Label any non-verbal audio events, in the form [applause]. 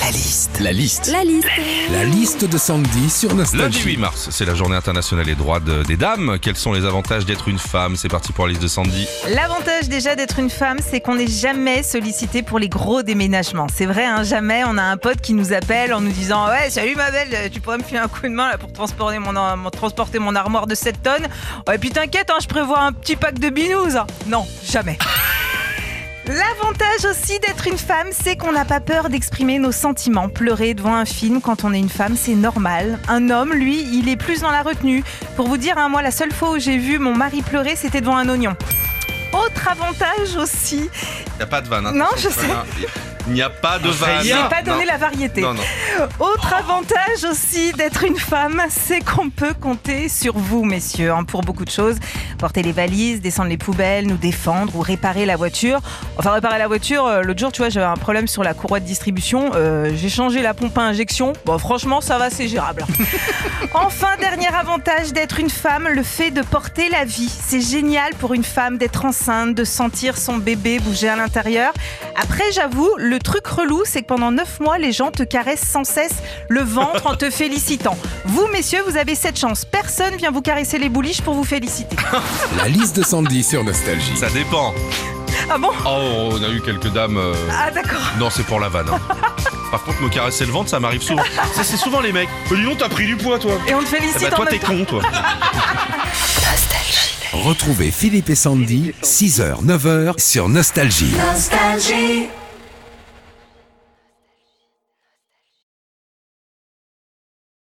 La liste. La liste. La liste. La liste de Sandy sur Lundi Nostalgie. 8 mars, c'est la journée internationale des droits de- des dames. Quels sont les avantages d'être une femme C'est parti pour la liste de Sandy. L'avantage déjà d'être une femme, c'est qu'on n'est jamais sollicité pour les gros déménagements. C'est vrai, hein, jamais. On a un pote qui nous appelle en nous disant Ouais, salut ma belle, tu pourrais me filer un coup de main là, pour transporter mon, ar- mon- transporter mon armoire de 7 tonnes. Oh, et puis t'inquiète, hein, je prévois un petit pack de binous. hein. Non, jamais. L'avantage aussi d'être une femme, c'est qu'on n'a pas peur d'exprimer nos sentiments. Pleurer devant un film quand on est une femme, c'est normal. Un homme, lui, il est plus dans la retenue. Pour vous dire, hein, moi, la seule fois où j'ai vu mon mari pleurer, c'était devant un oignon. Autre avantage aussi, Il n'y a pas de vanne. hein. Non, je sais. Il n'y a pas de vanne. je n'ai pas donné Bah, non. la variété. Non, non. Autre avantage aussi d'être une femme, c'est qu'on peut compter sur vous, messieurs, hein, pour beaucoup de choses. Porter les valises, descendre les poubelles, nous défendre ou réparer la voiture. Enfin, réparer la voiture, euh, l'autre jour, tu vois, j'avais un problème sur la courroie de distribution. Euh, J'ai changé la pompe à injection. Bon, franchement, ça va, c'est gérable. Enfin, dernier avantage d'être une femme, le fait de porter la vie. C'est génial pour une femme d'être enceinte, de sentir son bébé bouger à l'intérieur. Après, j'avoue, le truc relou, c'est que pendant 9 mois, les gens te caressent sans cesse le ventre [laughs] en te félicitant. Vous, messieurs, vous avez cette chance. Personne vient vous caresser les bouliches pour vous [laughs] féliciter. La liste de Sandy sur Nostalgie. Ça dépend. Ah bon Oh, on a eu quelques dames. euh, Ah d'accord. Non, c'est pour la vanne. [laughs] hein. Par contre, me caresser le ventre, ça m'arrive souvent. Ça, c'est souvent les mecs. Euh, Dis donc, t'as pris du poids, toi. Et on te Eh félicite ben, toi, en même t'es temps. con, toi. Nostalgie. Retrouvez Philippe et Sandy, 6h, 9h sur Nostalgie. Nostalgie.